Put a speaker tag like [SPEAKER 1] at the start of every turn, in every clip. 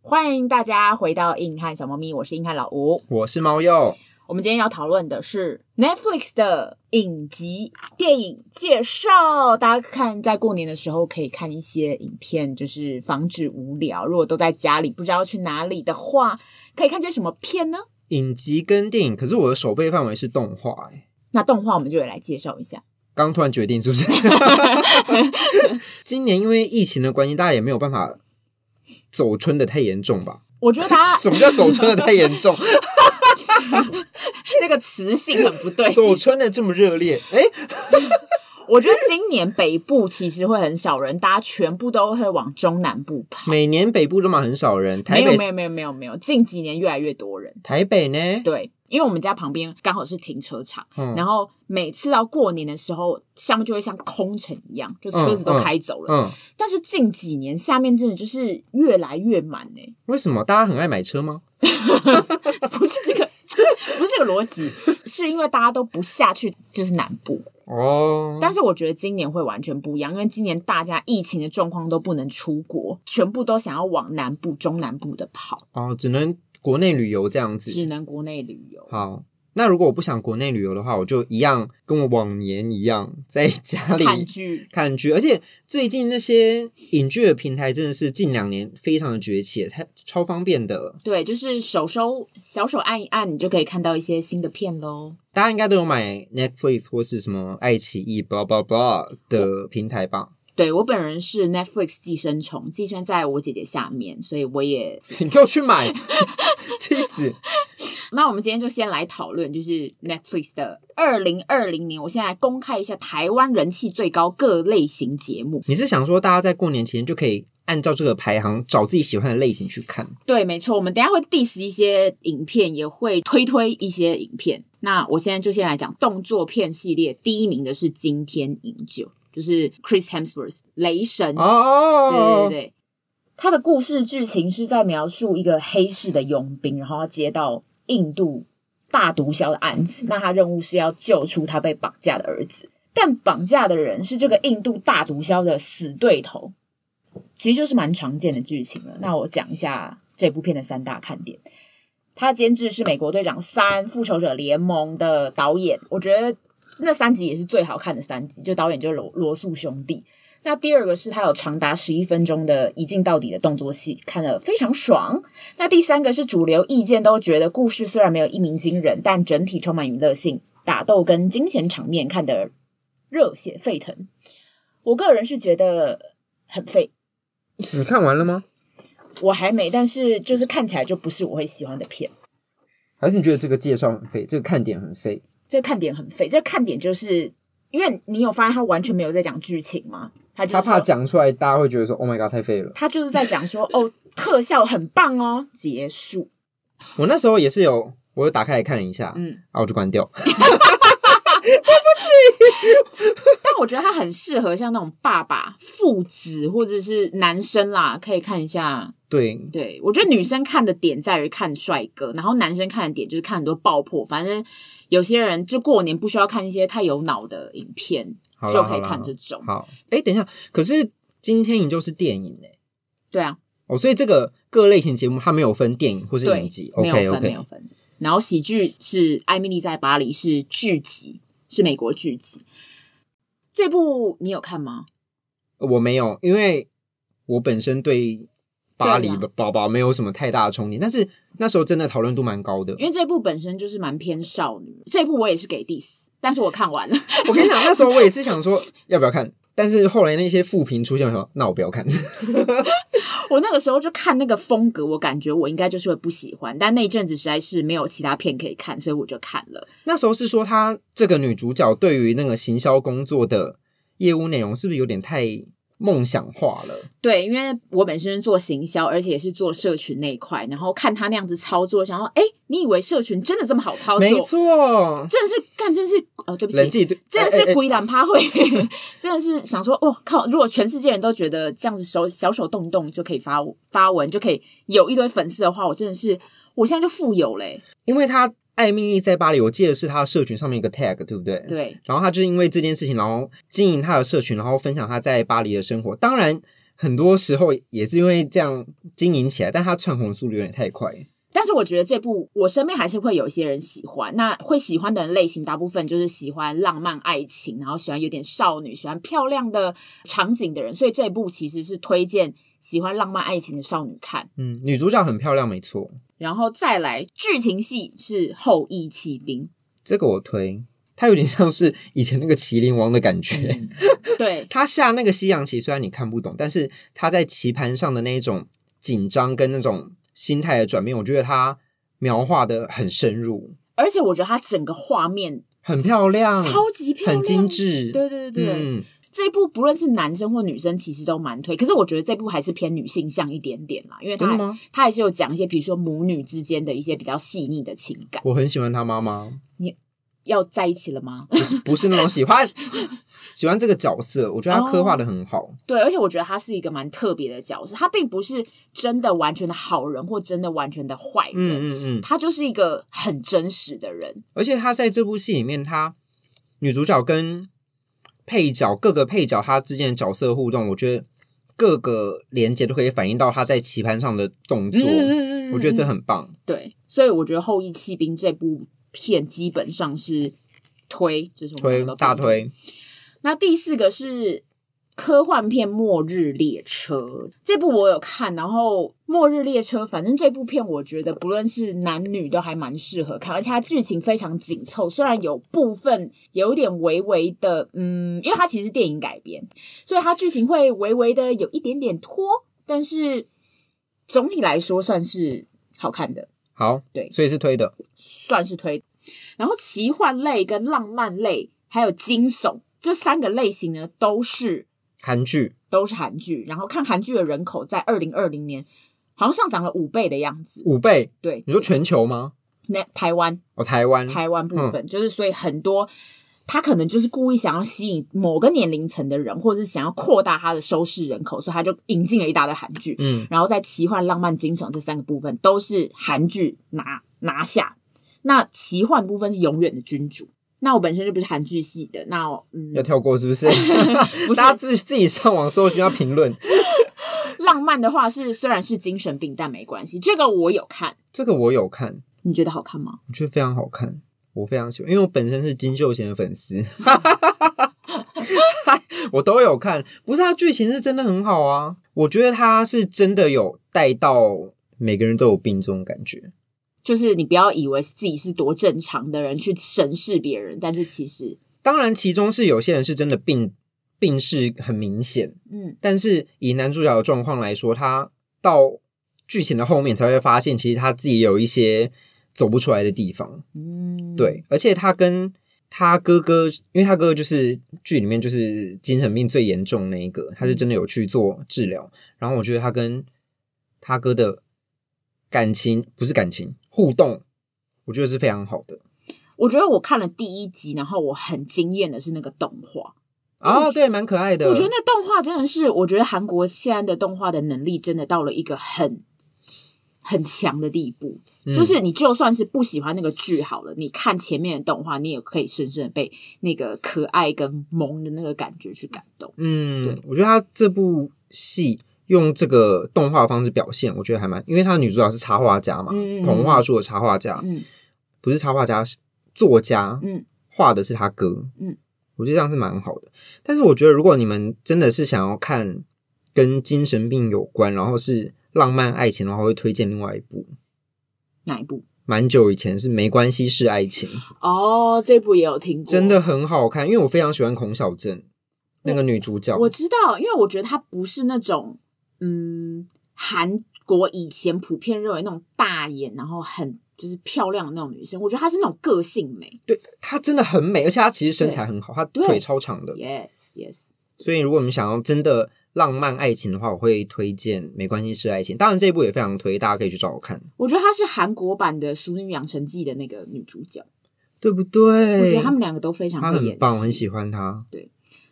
[SPEAKER 1] 欢迎大家回到硬汉小猫咪，我是硬汉老吴。
[SPEAKER 2] 我是猫鼬，
[SPEAKER 1] 我们今天要讨论的是 Netflix 的影集电影介绍。大家看，在过年的时候可以看一些影片，就是防止无聊。如果都在家里不知道去哪里的话，可以看些什么片呢？
[SPEAKER 2] 影集跟电影，可是我的手背范围是动画、欸，
[SPEAKER 1] 那动画我们就也来介绍一下。
[SPEAKER 2] 刚突然决定是不 是？今年因为疫情的关系，大家也没有办法走春的太严重吧？
[SPEAKER 1] 我觉得它
[SPEAKER 2] 什么叫走春的太严重？
[SPEAKER 1] 那个词性很不 对。
[SPEAKER 2] 走春的这么热烈？哎、
[SPEAKER 1] 我觉得今年北部其实会很少人，大家全部都会往中南部跑。
[SPEAKER 2] 每年北部都嘛很少人，
[SPEAKER 1] 没
[SPEAKER 2] 台
[SPEAKER 1] 有
[SPEAKER 2] 北
[SPEAKER 1] 没有没有没有没有，近几年越来越多人。
[SPEAKER 2] 台北呢？
[SPEAKER 1] 对，因为我们家旁边刚好是停车场，
[SPEAKER 2] 嗯
[SPEAKER 1] 然后每次到过年的时候，下面就会像空城一样，就车子都开走了。
[SPEAKER 2] 嗯，
[SPEAKER 1] 但是近几年下面真的就是越来越满哎、
[SPEAKER 2] 为什么大家很爱买车吗？
[SPEAKER 1] 不是这个， 不是这个逻辑，是因为大家都不下去，就是南部。
[SPEAKER 2] 哦，
[SPEAKER 1] 但是我觉得今年会完全不一样，因为今年大家疫情的状况都不能出国，全部都想要往南部、中南部的跑，
[SPEAKER 2] 哦，只能国内旅游这样子。
[SPEAKER 1] 只能国内旅游。
[SPEAKER 2] 好，那如果我不想国内旅游的话，我就一样跟我往年一样在家里
[SPEAKER 1] 看剧，
[SPEAKER 2] 看剧，而且最近那些影剧的平台真的是近两年非常的崛起，它超方便的。
[SPEAKER 1] 对，就是手手小手按一按，你就可以看到一些新的片喽。
[SPEAKER 2] 大家应该都有买 Netflix 或是什么爱奇艺 blah blah blah 的平台吧？
[SPEAKER 1] 对我本人是 Netflix 寄生虫，寄生在我姐姐下面，所以我也。
[SPEAKER 2] 你给我去 买，气死！
[SPEAKER 1] 那我们今天就先来讨论，就是 Netflix 的二零二零年，我现在来公开一下台湾人气最高各类型节目。
[SPEAKER 2] 你是想说大家在过年前就可以按照这个排行找自己喜欢的类型去看？
[SPEAKER 1] 对，没错，我们等一下会 diss 一些影片，也会推推一些影片。那我现在就先来讲动作片系列，第一名的是《惊天营救》，就是 Chris Hemsworth 雷神。
[SPEAKER 2] 哦，
[SPEAKER 1] 对嗯对对对，他的故事剧情是在描述一个黑市的佣兵，然后他接到印度大毒枭的案子，那他任务是要救出他被绑架的儿子，但绑架的人是这个印度大毒枭的死对头，其实就是蛮常见的剧情了。那我讲一下这部片的三大看点。他监制是《美国队长三：复仇者联盟》的导演，我觉得那三集也是最好看的三集，就导演就是罗罗素兄弟。那第二个是它有长达十一分钟的一镜到底的动作戏，看了非常爽。那第三个是主流意见都觉得故事虽然没有一鸣惊人，但整体充满娱乐性，打斗跟惊险场面看得热血沸腾。我个人是觉得很废，
[SPEAKER 2] 你看完了吗？
[SPEAKER 1] 我还没，但是就是看起来就不是我会喜欢的片。
[SPEAKER 2] 还是你觉得这个介绍很废，这个看点很废？
[SPEAKER 1] 这个看点很废，这个看点就是因为你有发现他完全没有在讲剧情吗？他就是
[SPEAKER 2] 他怕
[SPEAKER 1] 说
[SPEAKER 2] 讲出来，大家会觉得说 “Oh my god”，太废了。
[SPEAKER 1] 他就是在讲说哦，特效很棒哦，结束。
[SPEAKER 2] 我那时候也是有，我有打开来看了一下，
[SPEAKER 1] 嗯
[SPEAKER 2] 嗯，啊，我就关掉。
[SPEAKER 1] 但我觉得他很适合像那种爸爸、父子或者是男生啦，可以看一下。
[SPEAKER 2] 对，
[SPEAKER 1] 对我觉得女生看的点在于看帅哥，然后男生看的点就是看很多爆破。反正有些人就过年不需要看一些太有脑的影片，
[SPEAKER 2] 好啦
[SPEAKER 1] 就可以
[SPEAKER 2] 好啦
[SPEAKER 1] 看这种。
[SPEAKER 2] 好，哎，等一下，可是今天你就是电影哎、
[SPEAKER 1] 对啊，
[SPEAKER 2] 哦，所以这个各类型节目它没有分电影或是
[SPEAKER 1] 对
[SPEAKER 2] 影集，
[SPEAKER 1] 没有分
[SPEAKER 2] OK
[SPEAKER 1] 没
[SPEAKER 2] OK，
[SPEAKER 1] 有分。然后喜剧是《艾米丽在巴黎》是剧集，是美国剧集。这部你有看吗？
[SPEAKER 2] 我没有，因为我本身对巴黎
[SPEAKER 1] 对
[SPEAKER 2] 的宝宝没有什么太大的憧憬，但是那时候真的讨论度蛮 高的。
[SPEAKER 1] 因为这部本身就是蛮偏少女，这部我也是给 dis，但是我看完了。
[SPEAKER 2] 我跟你讲，那时候我也是想说要不要看，但是后来那些负评出现的时候，那我不要看。
[SPEAKER 1] 我那个时候就看那个风格，我感觉我应该就是会不喜欢，但那一阵子实在是没有其他片可以看，所以我就看了。
[SPEAKER 2] 那时候是说她这个女主角对于那个行销工作的业务内容是不是有点太梦想化了？
[SPEAKER 1] 对，因为我本身是做行销，而且也是做社群那一块，然后看他那样子操作，想说，哎，你以为社群真的这么好操作？
[SPEAKER 2] 没错，
[SPEAKER 1] 真的是干，真的是哦，对不
[SPEAKER 2] 冷
[SPEAKER 1] 起，
[SPEAKER 2] 静对，
[SPEAKER 1] 真的
[SPEAKER 2] 哎
[SPEAKER 1] 是
[SPEAKER 2] 哎
[SPEAKER 1] 鬼胆趴会， 真的是想说，哇靠！如果全世界人都觉得这样子手小手动一动就可以发发文，就可以有一堆粉丝的话，我真的是我现在就富有嘞、
[SPEAKER 2] 因为她艾米丽在巴黎，我记得是她的社群上面一个 tag，对不对？。
[SPEAKER 1] 对，
[SPEAKER 2] 然后她就因为这件事情，然后经营她的社群，然后分享她在巴黎的生活。当然，很多时候也是因为这样经营起来，但她窜红速度有点太快。
[SPEAKER 1] 但是我觉得这部我身边还是会有一些人喜欢，那会喜欢的人类型大部分就是喜欢浪漫爱情，然后喜欢有点少女、喜欢漂亮的场景的人，所以这部其实是推荐喜欢浪漫爱情的少女看。
[SPEAKER 2] 嗯，女主角很漂亮，没错，
[SPEAKER 1] 然后再来剧情戏是《后羿弃兵
[SPEAKER 2] 这个我推。她有点像是以前那个麒麟王的感觉。》，
[SPEAKER 1] 对，
[SPEAKER 2] 他下那个西洋棋，虽然你看不懂，但是他在棋盘上的那一种紧张跟那种心态的转变，我觉得他描画的很深入，
[SPEAKER 1] 而且我觉得它整个画面
[SPEAKER 2] 很漂亮，
[SPEAKER 1] 超级漂亮，
[SPEAKER 2] 嗯很精。致，
[SPEAKER 1] 对对对对，
[SPEAKER 2] 嗯，
[SPEAKER 1] 这一部不论是男生或女生，其实都蛮推。可是我觉得这部还是偏女性向一点点啦，因为
[SPEAKER 2] 真的
[SPEAKER 1] 它
[SPEAKER 2] 吗？
[SPEAKER 1] 他还是有讲一些，比如说母女之间的一些比较细腻的情感。
[SPEAKER 2] 我很喜欢他妈妈，
[SPEAKER 1] 要在一起了吗？
[SPEAKER 2] 不是不是那种喜欢喜欢这个角色，我觉得他刻画的很好，
[SPEAKER 1] 对，而且我觉得他是一个蛮特别的角色，他并不是真的完全的好人或真的完全的坏人，
[SPEAKER 2] 嗯嗯嗯，
[SPEAKER 1] 他就是一个很真实的人。
[SPEAKER 2] 而且他在这部戏里面，他女主角跟配角各个配角他之间的角色互动，我觉得各个连接都可以反映到他在棋盘上的动作，
[SPEAKER 1] 嗯
[SPEAKER 2] 我觉得这很棒。
[SPEAKER 1] 对，所以我觉得《后羿弃兵》这部片基本上是推，就是我们
[SPEAKER 2] 推
[SPEAKER 1] 两个都
[SPEAKER 2] 大。推，
[SPEAKER 1] 那第四个是科幻片《末日列车》，这部我有看，然后《末日列车》，反正这部片我觉得不论是男女都还蛮适合看，而且它剧情非常紧凑，虽然有部分有点微微的，嗯，因为它其实是电影改编，所以它剧情会微微的有一点点拖，但是总体来说算是好看的。
[SPEAKER 2] 好，
[SPEAKER 1] 对
[SPEAKER 2] 所以是推的。
[SPEAKER 1] 算是推。然后奇幻类、跟浪漫类，还有惊悚这三个类型呢，都是
[SPEAKER 2] 韩剧
[SPEAKER 1] 都是韩剧。然后看韩剧的人口在二零二零年好像上涨了五倍的样子。
[SPEAKER 2] 五倍，
[SPEAKER 1] 对，
[SPEAKER 2] 你说全球吗？
[SPEAKER 1] 那台湾
[SPEAKER 2] 哦，台湾，
[SPEAKER 1] 台湾部分、就是，所以很多他可能就是故意想要吸引某个年龄层的人，或者是想要扩大他的收视人口，所以他就引进了一大堆韩剧。
[SPEAKER 2] 嗯，
[SPEAKER 1] 然后在奇幻、浪漫、惊悚这三个部分都是韩剧拿拿下。那奇幻部分是永远的君主。那我本身就不是韩剧系的，那我嗯
[SPEAKER 2] 要，跳过是不是？
[SPEAKER 1] 不是
[SPEAKER 2] 大家自自己上网搜寻要评论。
[SPEAKER 1] 浪漫的话是虽然是精神病，但没关系，这个我有看。
[SPEAKER 2] 这个我有看，
[SPEAKER 1] 你觉得好看吗？
[SPEAKER 2] 我觉得非常好看，我非常喜欢，因为我本身是金秀贤的粉丝， 我都有看。不是，它啊剧情是真的很好啊，我觉得它是真的有带到每个人都有病这种感觉。
[SPEAKER 1] 就是你不要以为自己是多正常的人去审视别人，但是其实，
[SPEAKER 2] 当然，其中是有些人是真的病病势很明显，
[SPEAKER 1] 嗯，
[SPEAKER 2] 但是以男主角的状况来说，他到剧情的后面才会发现，其实他自己有一些走不出来的地方。
[SPEAKER 1] 嗯，
[SPEAKER 2] 对，而且他跟他哥哥，因为他哥哥就是剧里面就是精神病最严重那一个，
[SPEAKER 1] 嗯
[SPEAKER 2] 他是真的有去做治疗。然后我觉得他跟他哥的感情不是感情互动，我觉得是非常好的。
[SPEAKER 1] 我觉得我看了第一集，然后我很惊艳的是那个动画，
[SPEAKER 2] 哦，对，蛮可爱的。
[SPEAKER 1] 我觉得那动画真的是，我觉得韩国现在的动画的能力真的到了一个很很强的地步，
[SPEAKER 2] 嗯
[SPEAKER 1] 就是你就算是不喜欢那个剧好了，你看前面的动画，你也可以深深的被那个可爱跟萌的那个感觉去感动。
[SPEAKER 2] 嗯
[SPEAKER 1] 对，
[SPEAKER 2] 我觉得他这部戏用这个动画方式表现，我觉得还蛮，因为他的女主角是插画家嘛，
[SPEAKER 1] 嗯嗯嗯
[SPEAKER 2] 童话书的插画家，
[SPEAKER 1] 嗯
[SPEAKER 2] 不是插画家，是作家，
[SPEAKER 1] 嗯，
[SPEAKER 2] 画的是他哥，
[SPEAKER 1] 嗯，
[SPEAKER 2] 我觉得这样是蛮好的。但是我觉得，如果你们真的是想要看跟精神病有关，然后是浪漫爱情的话，我会推荐另外一部，
[SPEAKER 1] 哪一部？
[SPEAKER 2] 蛮久以前是《没关系是爱情》，
[SPEAKER 1] 哦，这部也有听过，
[SPEAKER 2] 真的很好看，因为我非常喜欢孔小振那个女主角，
[SPEAKER 1] 我知道，因为我觉得它不是那种嗯韩国以前普遍认为那种大眼，然后很就是漂亮的那种女生，我觉得她是那种个性美。
[SPEAKER 2] 对她真的很美，而且她其实身材很好，她
[SPEAKER 1] 对
[SPEAKER 2] 腿超长的，
[SPEAKER 1] Yes, yes.
[SPEAKER 2] 所以如果你们想要真的浪漫爱情的话，我会推荐《没关系是爱情》。当然这一部也非常推，大家可以去找我看，
[SPEAKER 1] 我觉得她是韩国版的《俗女养成记》的那个女主角，
[SPEAKER 2] 对不对？
[SPEAKER 1] 我觉得他们两个都非常
[SPEAKER 2] 她
[SPEAKER 1] 会演
[SPEAKER 2] 很棒，我很
[SPEAKER 1] 戏
[SPEAKER 2] 喜欢她。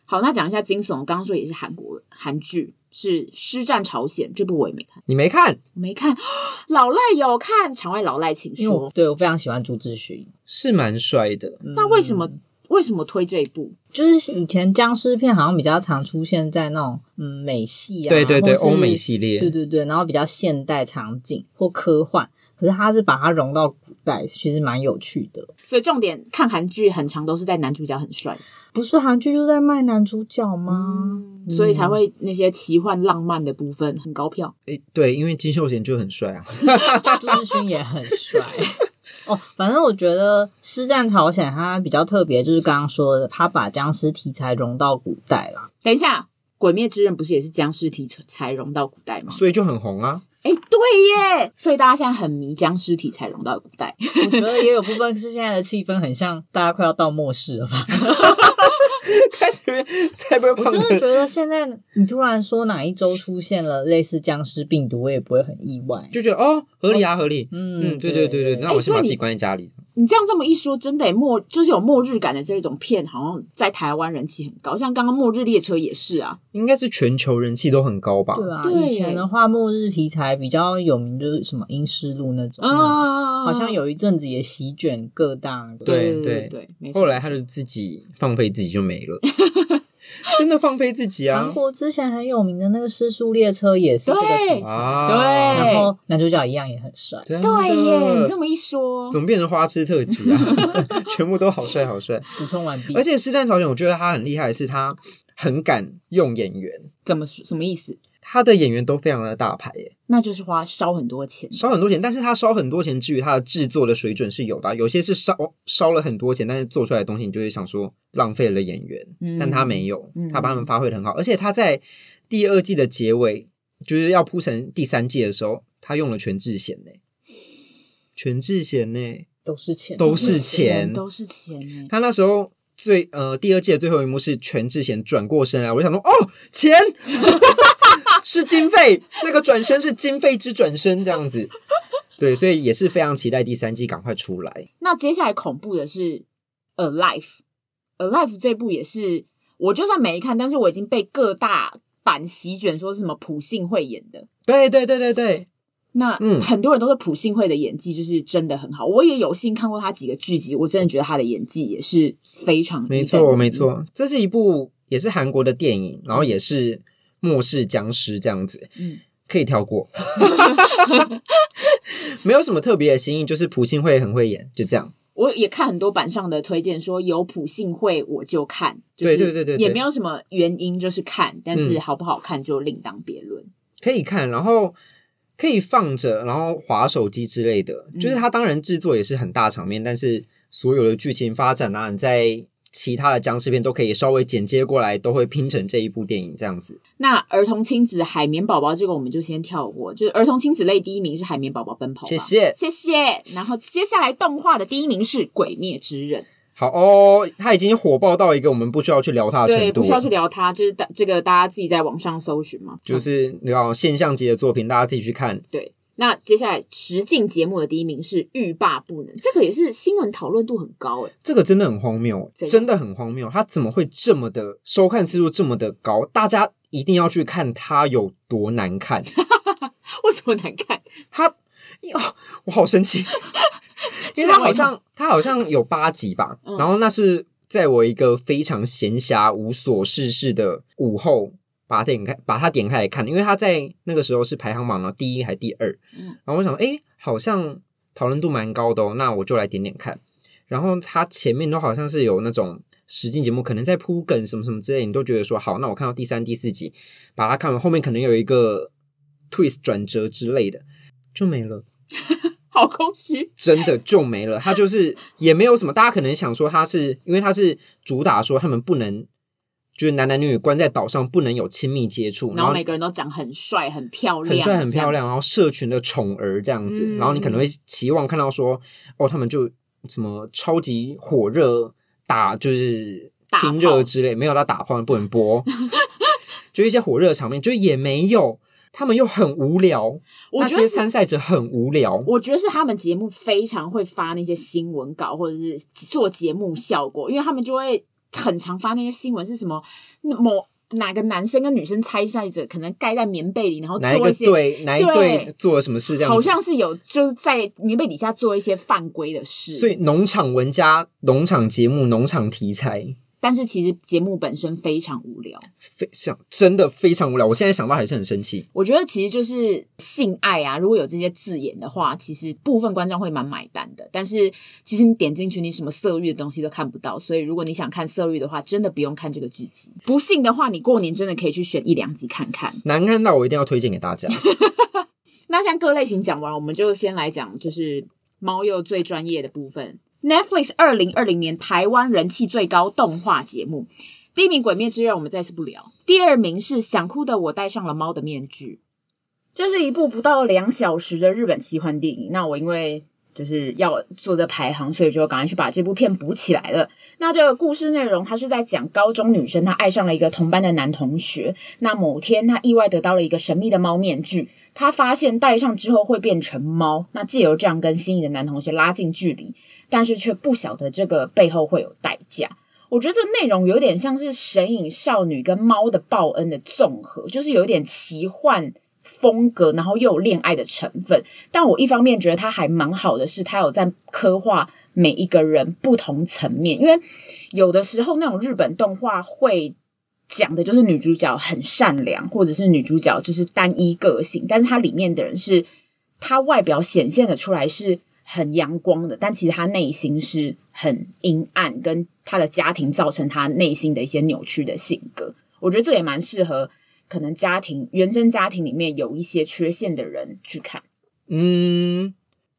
[SPEAKER 1] 好，那讲一下惊悚，我刚刚说也是韩国韩剧，是《师战朝鲜》，这部我也没看，
[SPEAKER 2] 你没看
[SPEAKER 1] 我没看。 老赖有看，场外老赖请
[SPEAKER 3] 因为我
[SPEAKER 1] 说。
[SPEAKER 3] 对我非常喜欢朱志勋，
[SPEAKER 2] 是蛮帅的，
[SPEAKER 1] 那为什么、
[SPEAKER 2] 嗯
[SPEAKER 1] 为什么推这一部？
[SPEAKER 3] 就是以前僵尸片好像比较常出现在那种嗯美系啊，
[SPEAKER 2] 对对对，
[SPEAKER 3] 或是
[SPEAKER 2] 欧美系列，
[SPEAKER 3] 对对对，然后比较现代场景或科幻，可是它是把它融到古代，其实蛮有趣的。
[SPEAKER 1] 所以重点看韩剧很长都是在男主角很帅，
[SPEAKER 3] 不是韩剧就在卖男主角
[SPEAKER 2] 嗯
[SPEAKER 3] 吗？
[SPEAKER 1] 所以才会那些奇幻浪漫的部分很高票。
[SPEAKER 2] 诶对，因为金秀贤就很帅啊，
[SPEAKER 3] 朱志勋也很帅。 哦，反正我觉得《师战朝鲜》它比较特别，就是刚刚说的，它把僵尸题材融到古代啦。
[SPEAKER 1] 等一下，《鬼灭之刃》不是也是僵尸题材融到古代吗？
[SPEAKER 2] 所以就很红啊。
[SPEAKER 1] 哎，对耶！所以大家现在很迷僵尸题材融到古代，
[SPEAKER 3] 我觉得也有部分是现在的气氛很像大家快要到末世了吧。
[SPEAKER 2] 开始变
[SPEAKER 3] 我真的
[SPEAKER 2] cyberpunk
[SPEAKER 3] 觉
[SPEAKER 2] 的
[SPEAKER 3] 得现在你突然说哪一周出现了类似僵尸病毒，我也不会很意外。
[SPEAKER 2] 就觉得哦，合理啊，合理。
[SPEAKER 3] 嗯
[SPEAKER 2] 嗯，对对对对，那我
[SPEAKER 1] 诶所
[SPEAKER 2] 先
[SPEAKER 1] 以
[SPEAKER 2] 把自
[SPEAKER 1] 你
[SPEAKER 2] 己关在家里。
[SPEAKER 1] 你这样这么一说，真的耶末就是有末日感的这种片，好像在台湾人气很高，像刚刚《末日列车》也是啊。
[SPEAKER 2] 应该是全球人气都很高吧？
[SPEAKER 3] 对啊，
[SPEAKER 1] 对
[SPEAKER 3] 以前的话，末日题材比较有名就是什么《阴尸路》那种，
[SPEAKER 1] 嗯，
[SPEAKER 3] 好像有一阵子也席卷各大。
[SPEAKER 1] 对
[SPEAKER 2] 对
[SPEAKER 1] 对
[SPEAKER 2] 对
[SPEAKER 1] 对，没错
[SPEAKER 2] 后来他就自己放飞自己就没了，真的放飞自己
[SPEAKER 3] 韩
[SPEAKER 2] 啊
[SPEAKER 3] 国之前很有名的那个《失速列车》也是这个题材，
[SPEAKER 2] 啊！
[SPEAKER 1] 对
[SPEAKER 3] 然后男主角一样也很帅。
[SPEAKER 2] 对
[SPEAKER 1] 对耶，你这么一说，
[SPEAKER 2] 怎么变成花痴特辑啊？ 全部都好帅好帅！
[SPEAKER 3] 补充完毕
[SPEAKER 2] 而，且《师战朝鲜》，我觉得他很厉害，的是他很敢用演员，
[SPEAKER 1] 怎么什么意思？
[SPEAKER 2] 他的演员都非常的大牌耶，
[SPEAKER 1] 那就是花烧很多钱，
[SPEAKER 2] 烧很多钱，但是他烧很多钱之余，他的制作的水准是有的啊、有些是烧烧了很多钱，但是做出来的东西你就会想说浪费了演员，
[SPEAKER 1] 嗯
[SPEAKER 2] 但他没有
[SPEAKER 1] 嗯，
[SPEAKER 2] 他把他们发挥的很好，而且他在第二季的结尾，就是要铺成第三季的时候，他用了全智贤呢，全智贤呢，
[SPEAKER 3] 都是钱，
[SPEAKER 2] 都是钱
[SPEAKER 1] 都是钱欸耶
[SPEAKER 2] 他那时候。最呃，第二季的最后一幕是全智贤转过身来，我就想说，哦，钱 是经费，那个转身是经费之转身这样子，对，所以也是非常期待第三季赶快出来。
[SPEAKER 1] 那接下来恐怖的是《Alive》，《Alive》这部也是我就算没看，但是我已经被各大版席卷，说是什么朴信惠演的。
[SPEAKER 2] 对对对对对，
[SPEAKER 1] 那
[SPEAKER 2] 嗯
[SPEAKER 1] 很多人都说朴信惠的演技就是真的很好，我也有幸看过她几个剧集，我真的觉得她的演技也是非常一
[SPEAKER 2] 没
[SPEAKER 1] 等
[SPEAKER 2] 错
[SPEAKER 1] 一
[SPEAKER 2] 没。错，这是一部也是韩国的电影，然后也是末世僵尸这样子，
[SPEAKER 1] 嗯
[SPEAKER 2] 可以跳过， 没有什么特别的新意，就是朴信惠很会演，就这样。
[SPEAKER 1] 我也看很多版上的推荐，说有普信会我就看，就是
[SPEAKER 2] 对对对对对
[SPEAKER 1] 也没有什么原因，就是看，但是
[SPEAKER 2] 嗯
[SPEAKER 1] 好不好看就另当别论。
[SPEAKER 2] 可以看，然后可以放着，然后划手机之类的。
[SPEAKER 1] 嗯
[SPEAKER 2] 就是它当然制作也是很大场面，但是所有的剧情发展啊，你在其他的僵尸片都可以稍微剪接过来，都会拼成这一部电影这样子。
[SPEAKER 1] 那儿童亲子海绵宝宝这个我们就先跳过，就是儿童亲子类第一名是海绵宝宝奔跑吧，
[SPEAKER 2] 谢谢
[SPEAKER 1] 谢谢。然后接下来动画的第一名是《鬼灭之刃》，
[SPEAKER 2] 好哦，它已经火爆到一个我们不需要去聊它的
[SPEAKER 1] 对，
[SPEAKER 2] 程
[SPEAKER 1] 不
[SPEAKER 2] 度
[SPEAKER 1] 需要去
[SPEAKER 2] 了。
[SPEAKER 1] 聊它，就是大这个大家自己在网上搜寻嘛，
[SPEAKER 2] 就是那种现象级的作品，大家自己去看。
[SPEAKER 1] 对。那接下来实境节目的第一名是《欲罢不能》，这个也是新闻讨论度很高诶、欸
[SPEAKER 2] 这个真的很荒谬
[SPEAKER 1] 怎，样
[SPEAKER 2] 真的很荒谬。它怎么会这么的收看次数这么的高？大家一定要去看它有多难看。
[SPEAKER 1] 为什么难看？
[SPEAKER 2] 他，哦，我好 生气，因为他好像他好像有八集吧，
[SPEAKER 1] 嗯
[SPEAKER 2] 然后那是在我一个非常闲暇无所事事的午后，把它点开，把它点开来看，因为他在那个时候是排行榜的第一还第二，
[SPEAKER 1] 嗯
[SPEAKER 2] 然后我想，诶，好像讨论度蛮高的哦，那我就来点点看。然后它前面都好像是有那种实境节目，可能在铺梗什么什么之类，你都觉得说好，那我看到第三、第四集，把它看完，后面可能有一个 twist 转折之类的，就没了。
[SPEAKER 1] 好空虚，
[SPEAKER 2] 真的就没了，它就是也没有什么。大家可能想说它是因为它是主打说他们不能，就是男男女女关在岛上不能有亲密接触，
[SPEAKER 1] 然后每个人都长很帅、很漂亮，
[SPEAKER 2] 很帅很漂
[SPEAKER 1] 这样。
[SPEAKER 2] 亮，然后社群的宠儿这样子，
[SPEAKER 1] 嗯
[SPEAKER 2] 然后你可能会期望看到说，哦，他们就什么超级火热打就是
[SPEAKER 1] 打炮
[SPEAKER 2] 亲热之类，没有到打炮不能 播，就一些火热的场面，就也没有，他们又很无聊，
[SPEAKER 1] 我觉
[SPEAKER 2] 那
[SPEAKER 1] 得
[SPEAKER 2] 些
[SPEAKER 1] 是，
[SPEAKER 2] 参赛者很无聊，
[SPEAKER 1] 我觉得是他们节目非常会发那些新闻稿，或者是做节目效果，因为他们就会很常发那些新闻，是什么某哪个男生跟女生拆散着，可能盖在棉被里，然后
[SPEAKER 2] 哪一
[SPEAKER 1] 哦做
[SPEAKER 2] 个
[SPEAKER 1] 一些，
[SPEAKER 2] 队哪一队
[SPEAKER 1] 对
[SPEAKER 2] 做了什么事这样子？
[SPEAKER 1] 好像是有就是在棉被底下做一些犯规的事。
[SPEAKER 2] 所以农场文加农场节目、农场题材，
[SPEAKER 1] 但是其实节目本身非常无聊。
[SPEAKER 2] 非常真的非常无聊。我现在想到还是很生气。
[SPEAKER 1] 我觉得其实就是性爱啊，如果有这些字眼的话，其实部分观众会蛮买单的。但是其实你点进去，你什么色欲的东西都看不到。所以如果你想看色欲的话，真的不用看这个剧集。不信的话，你过年真的可以去选一两集看看。
[SPEAKER 2] 难看到我一定要推荐给 大家。
[SPEAKER 1] 那像各类型讲完，我们就先来讲就是猫鼬最专业的部分。Netflix 二零二零年台湾人气最高动画节目，第一名《鬼灭之刃》，我们再次不聊。第二名是《想哭的我戴上了猫的面具》，这是一部不到两小时的日本奇幻电影。那我因为就是要做这排行，所以就赶快去把这部片补起来了。那这个故事内容，它是在讲高中女生她爱上了一个同班的男同学，那某天她意外得到了一个神秘的猫面具，她发现戴上之后会变成猫，那借由这样跟心仪的男同学拉近距离，但是却不晓得这个背后会有代价。我觉得这内容有点像是《神隐少女》跟《猫的报恩》的综合，就是有一点奇幻风格，然后又有恋爱的成分。但我一方面觉得它还蛮好的是，它有在刻画每一个人不同层面，因为有的时候那种日本动画会讲的就是女主角很善良，或者是女主角就是单一个性，但是它里面的人是她外表显现的出来是很阳光的，但其实她内心是很阴暗，跟她的家庭造成她内心的一些扭曲的性格。我觉得这也蛮适合可能家庭原生家庭里面有一些缺陷的人去看。
[SPEAKER 2] 嗯，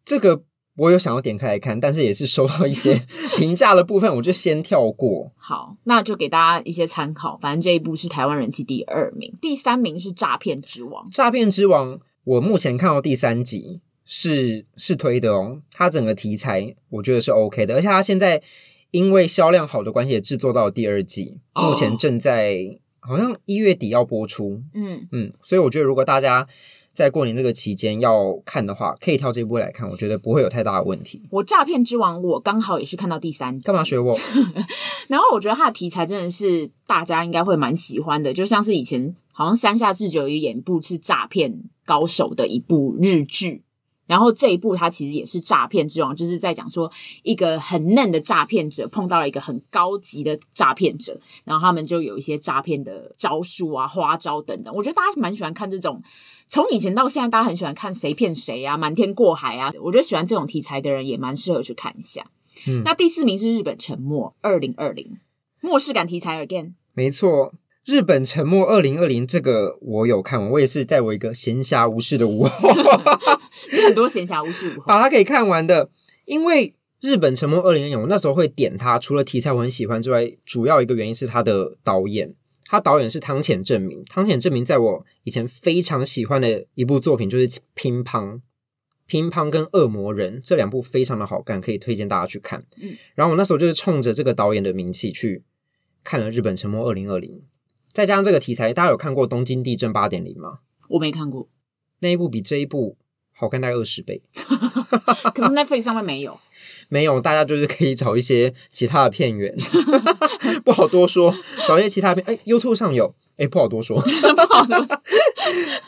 [SPEAKER 2] 这个我有想要点开来看，但是也是收到一些 评价的部分，我就先跳过。
[SPEAKER 1] 好，那就给大家一些参考。反正这一部是台湾人气第二名，第三名是《诈骗之王》。
[SPEAKER 2] 《诈骗之王》，我目前看到第三集是是推的哦，它整个题材我觉得是 OK 的，而且它现在因为销量好的关系，也制作到了第二季，
[SPEAKER 1] 哦
[SPEAKER 2] 目前正在好像一月底要播出。
[SPEAKER 1] 嗯，
[SPEAKER 2] 嗯，所以我觉得如果大家在过年这个期间要看的话，可以挑这部来看，我觉得不会有太大的问题。
[SPEAKER 1] 我《诈骗之王》我刚好也是看到第三集，
[SPEAKER 2] 干嘛学我？
[SPEAKER 1] 然后我觉得他的题材真的是大家应该会蛮喜欢的，就像是以前好像山下智久也演一部是诈骗高手的一部日剧，然后这一部它其实也是诈骗之王，就是在讲说一个很嫩的诈骗者碰到了一个很高级的诈骗者，然后他们就有一些诈骗的招数啊、花招等等。我觉得大家是蛮喜欢看这种。从以前到现在，大家很喜欢看谁骗谁啊，瞒天过海啊。我觉得喜欢这种题材的人也蛮适合去看一下。
[SPEAKER 2] 嗯
[SPEAKER 1] 那第四名是日本沉默二零二零末世感题材 again，
[SPEAKER 2] 没错，日本沉默二零二零这个我有看完，我也是在我一个闲暇无事的午后
[SPEAKER 1] 很多闲暇无事 无话。
[SPEAKER 2] 把它给看完的。因为日本沉默二零二零，我那时候会点它，除了题材我很喜欢之外，主要一个原因是它的导演。他导演是汤浅证明，汤浅证明在我以前非常喜欢的一部作品就是《乒乓》，《乒乓》跟《恶魔人》这两部非常的好看，可以推荐大家去看。
[SPEAKER 1] 嗯，
[SPEAKER 2] 然后我那时候就是冲着这个导演的名气去看了《日本沉默二零二零》，再加上这个题材，大家有看过《东京地震八点零》吗？
[SPEAKER 1] 我没看过，
[SPEAKER 2] 那一部比这一部好看大概二十倍。
[SPEAKER 1] 啊可是 Netflix 上面没有。
[SPEAKER 2] 没有，大家就是可以找一些其他的片 源，不好多说，找一些其他片。哎，YouTube 上有，哎， 不好多说，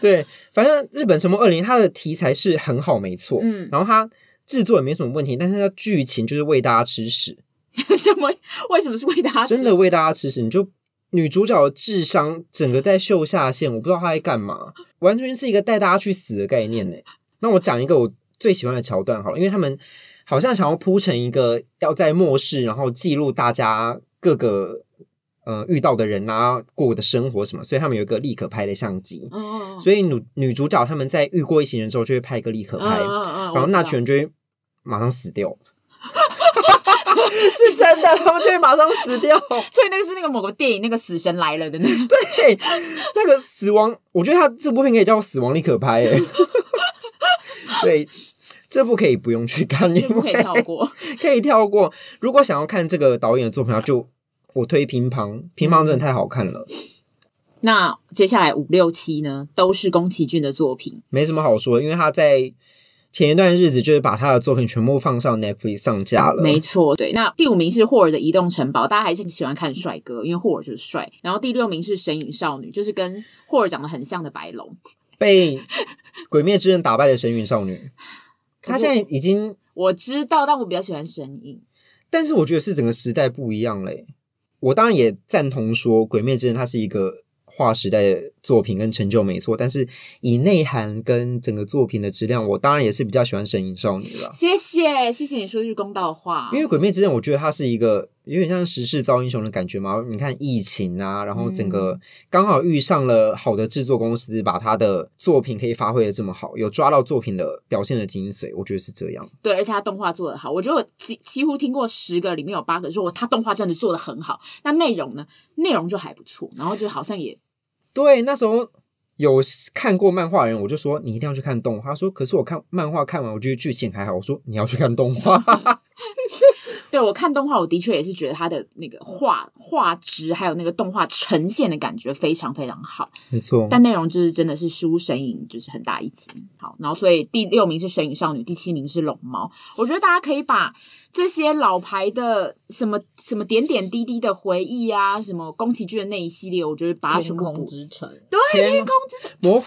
[SPEAKER 2] 对，反正日本沉默二零，它的题材是很好，没错，
[SPEAKER 1] 嗯
[SPEAKER 2] 然后它制作也没什么问题，但是它剧情就是喂大家吃屎，
[SPEAKER 1] 什么？为什么是为大家？
[SPEAKER 2] 真的喂大家吃屎，你就。女主角的智商整个在秀下限，我不知道她在干嘛，完全是一个带大家去死的概念呢。那我讲一个我最喜欢的桥段好了，因为他们好像想要铺成一个要在末世，然后记录大家各个呃遇到的人啊、过的生活什么，所以他们有一个立可拍的相机，
[SPEAKER 1] 嗯嗯嗯，
[SPEAKER 2] 所以女女主角他们在遇过一行人之后就会拍一个立可拍，
[SPEAKER 1] 嗯嗯嗯，
[SPEAKER 2] 然
[SPEAKER 1] 我
[SPEAKER 2] 后那
[SPEAKER 1] 知道
[SPEAKER 2] 群人就会马上死掉。 是真的，他们就会马上死掉。
[SPEAKER 1] 所以那个是那个某个电影那个死神来了的那个。
[SPEAKER 2] 对，那个死亡，我觉得他这部片可以叫《死亡立可拍》哎。 对，这部可以不用去看，因
[SPEAKER 1] 就不可以
[SPEAKER 2] 为
[SPEAKER 1] 跳过。
[SPEAKER 2] 可以跳过。如果想要看这个导演的作品，那就我推《乒乓》，《乒乓》真的太好看了，
[SPEAKER 1] 那接下来五六七呢，都是宫崎骏的作品。
[SPEAKER 2] 没什么好说，因为他在前一段日子就是把他的作品全部放上 Netflix 上架了，
[SPEAKER 1] 没错，对。那第五名是霍尔的《移动城堡》，大家还是喜欢看帅哥，因为霍尔就是帅。然后第六名是《神隐少女》，就是跟霍尔长得很像的白龙。
[SPEAKER 2] 被《鬼灭之刃》打败的神隐少女，她现在已经，
[SPEAKER 1] 我知道，但我比较喜欢神隐。
[SPEAKER 2] 但是我觉得是整个时代不一样嘞。我当然也赞同说，《鬼灭之刃》它是一个划时代的作品跟成就没错，但是以内涵跟整个作品的质量，我当然也是比较喜欢神隐少女了。
[SPEAKER 1] 谢谢，谢谢你说句公道话。
[SPEAKER 2] 因为《鬼灭之刃》，我觉得它是一个有点像时势造英雄的感觉嘛。你看疫情啊，然后整个刚好遇上了好的制作公司，把他的作品可以发挥的这么好，有抓到作品的表现的精髓，我觉得是这样。
[SPEAKER 1] 对，而且他动画做得好，我觉得我几几乎听过十个里面有八个说我他动画真的做得很好。那内容呢？内容就还不错，然后就好像也
[SPEAKER 2] 对，那时候有看过漫画的人，我就说你一定要去看动画。他说，可是我看漫画看完，我觉得剧情还好。我说你要去看动画，
[SPEAKER 1] 对我看动画，我的确也是觉得他的那个画画质还有那个动画呈现的感觉非常非常好。
[SPEAKER 2] 没错。
[SPEAKER 1] 但内容就是真的是输神影，就是很大一级。好，然后所以第六名是神影少女，第七名是龙猫。我觉得大家可以把这些老牌的什么什么点点滴滴的回忆啊，什么宫崎骏的那一系列，我觉得把它全
[SPEAKER 3] 天
[SPEAKER 1] 部
[SPEAKER 3] 空
[SPEAKER 1] 补。
[SPEAKER 3] 之城，
[SPEAKER 1] 对，
[SPEAKER 2] 天
[SPEAKER 1] 天空之城，
[SPEAKER 2] 魔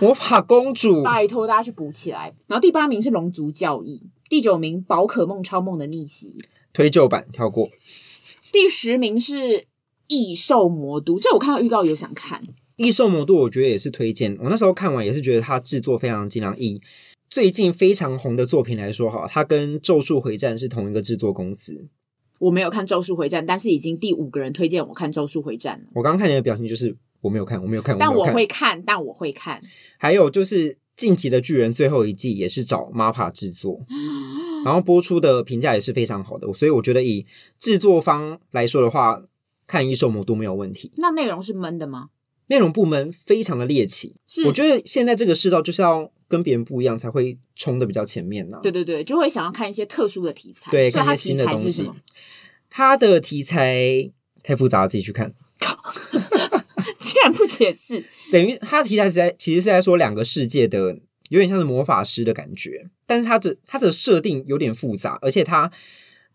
[SPEAKER 2] 魔法公
[SPEAKER 3] 嗯
[SPEAKER 2] 主，
[SPEAKER 1] 拜托大家去补起来。然后第八名是龙族教义，第九名宝可梦超梦的逆袭，
[SPEAKER 2] 推旧版跳过。
[SPEAKER 1] 第十名是异兽魔都。这我看到预告有想看，
[SPEAKER 2] 异兽魔都我觉得也是推荐。我那时候看完也是觉得它制作非常精良。以最近非常红的作品来说，哈，它跟《咒术回战》是同一个制作公司。
[SPEAKER 1] 我没有看《咒术回战》，但是已经第五个人推荐我看《咒术回战》了。
[SPEAKER 2] 我刚刚看你的表情就是我没有看，我没有看，
[SPEAKER 1] 但
[SPEAKER 2] 我没有
[SPEAKER 1] 我
[SPEAKER 2] 看。
[SPEAKER 1] 会看，但我会看。
[SPEAKER 2] 还有就是《晋级的巨人》最后一季也是找 MAPPA 制 作，然后播出的评价也是非常好的，所以我觉得以制作方来说的话，看《异兽魔都》没有问题。
[SPEAKER 1] 那内容是闷的吗？
[SPEAKER 2] 内容部门非常的猎奇，
[SPEAKER 1] 是，
[SPEAKER 2] 我觉得现在这个世道就是要跟别人不一样，才会冲的比较前面呢、
[SPEAKER 1] 对对对，就会想要看一些特殊的题材。
[SPEAKER 2] 对，
[SPEAKER 1] 所以
[SPEAKER 2] 看
[SPEAKER 1] 它
[SPEAKER 2] 一些新
[SPEAKER 1] 题
[SPEAKER 2] 的
[SPEAKER 1] 材
[SPEAKER 2] 东
[SPEAKER 1] 是什
[SPEAKER 2] 西
[SPEAKER 1] 么？。
[SPEAKER 2] 它的题材太复杂了，自己去看。
[SPEAKER 1] 竟然不解释，
[SPEAKER 2] 等于它的题材是在其实是在说两个世界的，有点像是魔法师的感觉，但是它的它的设定有点复杂，而且它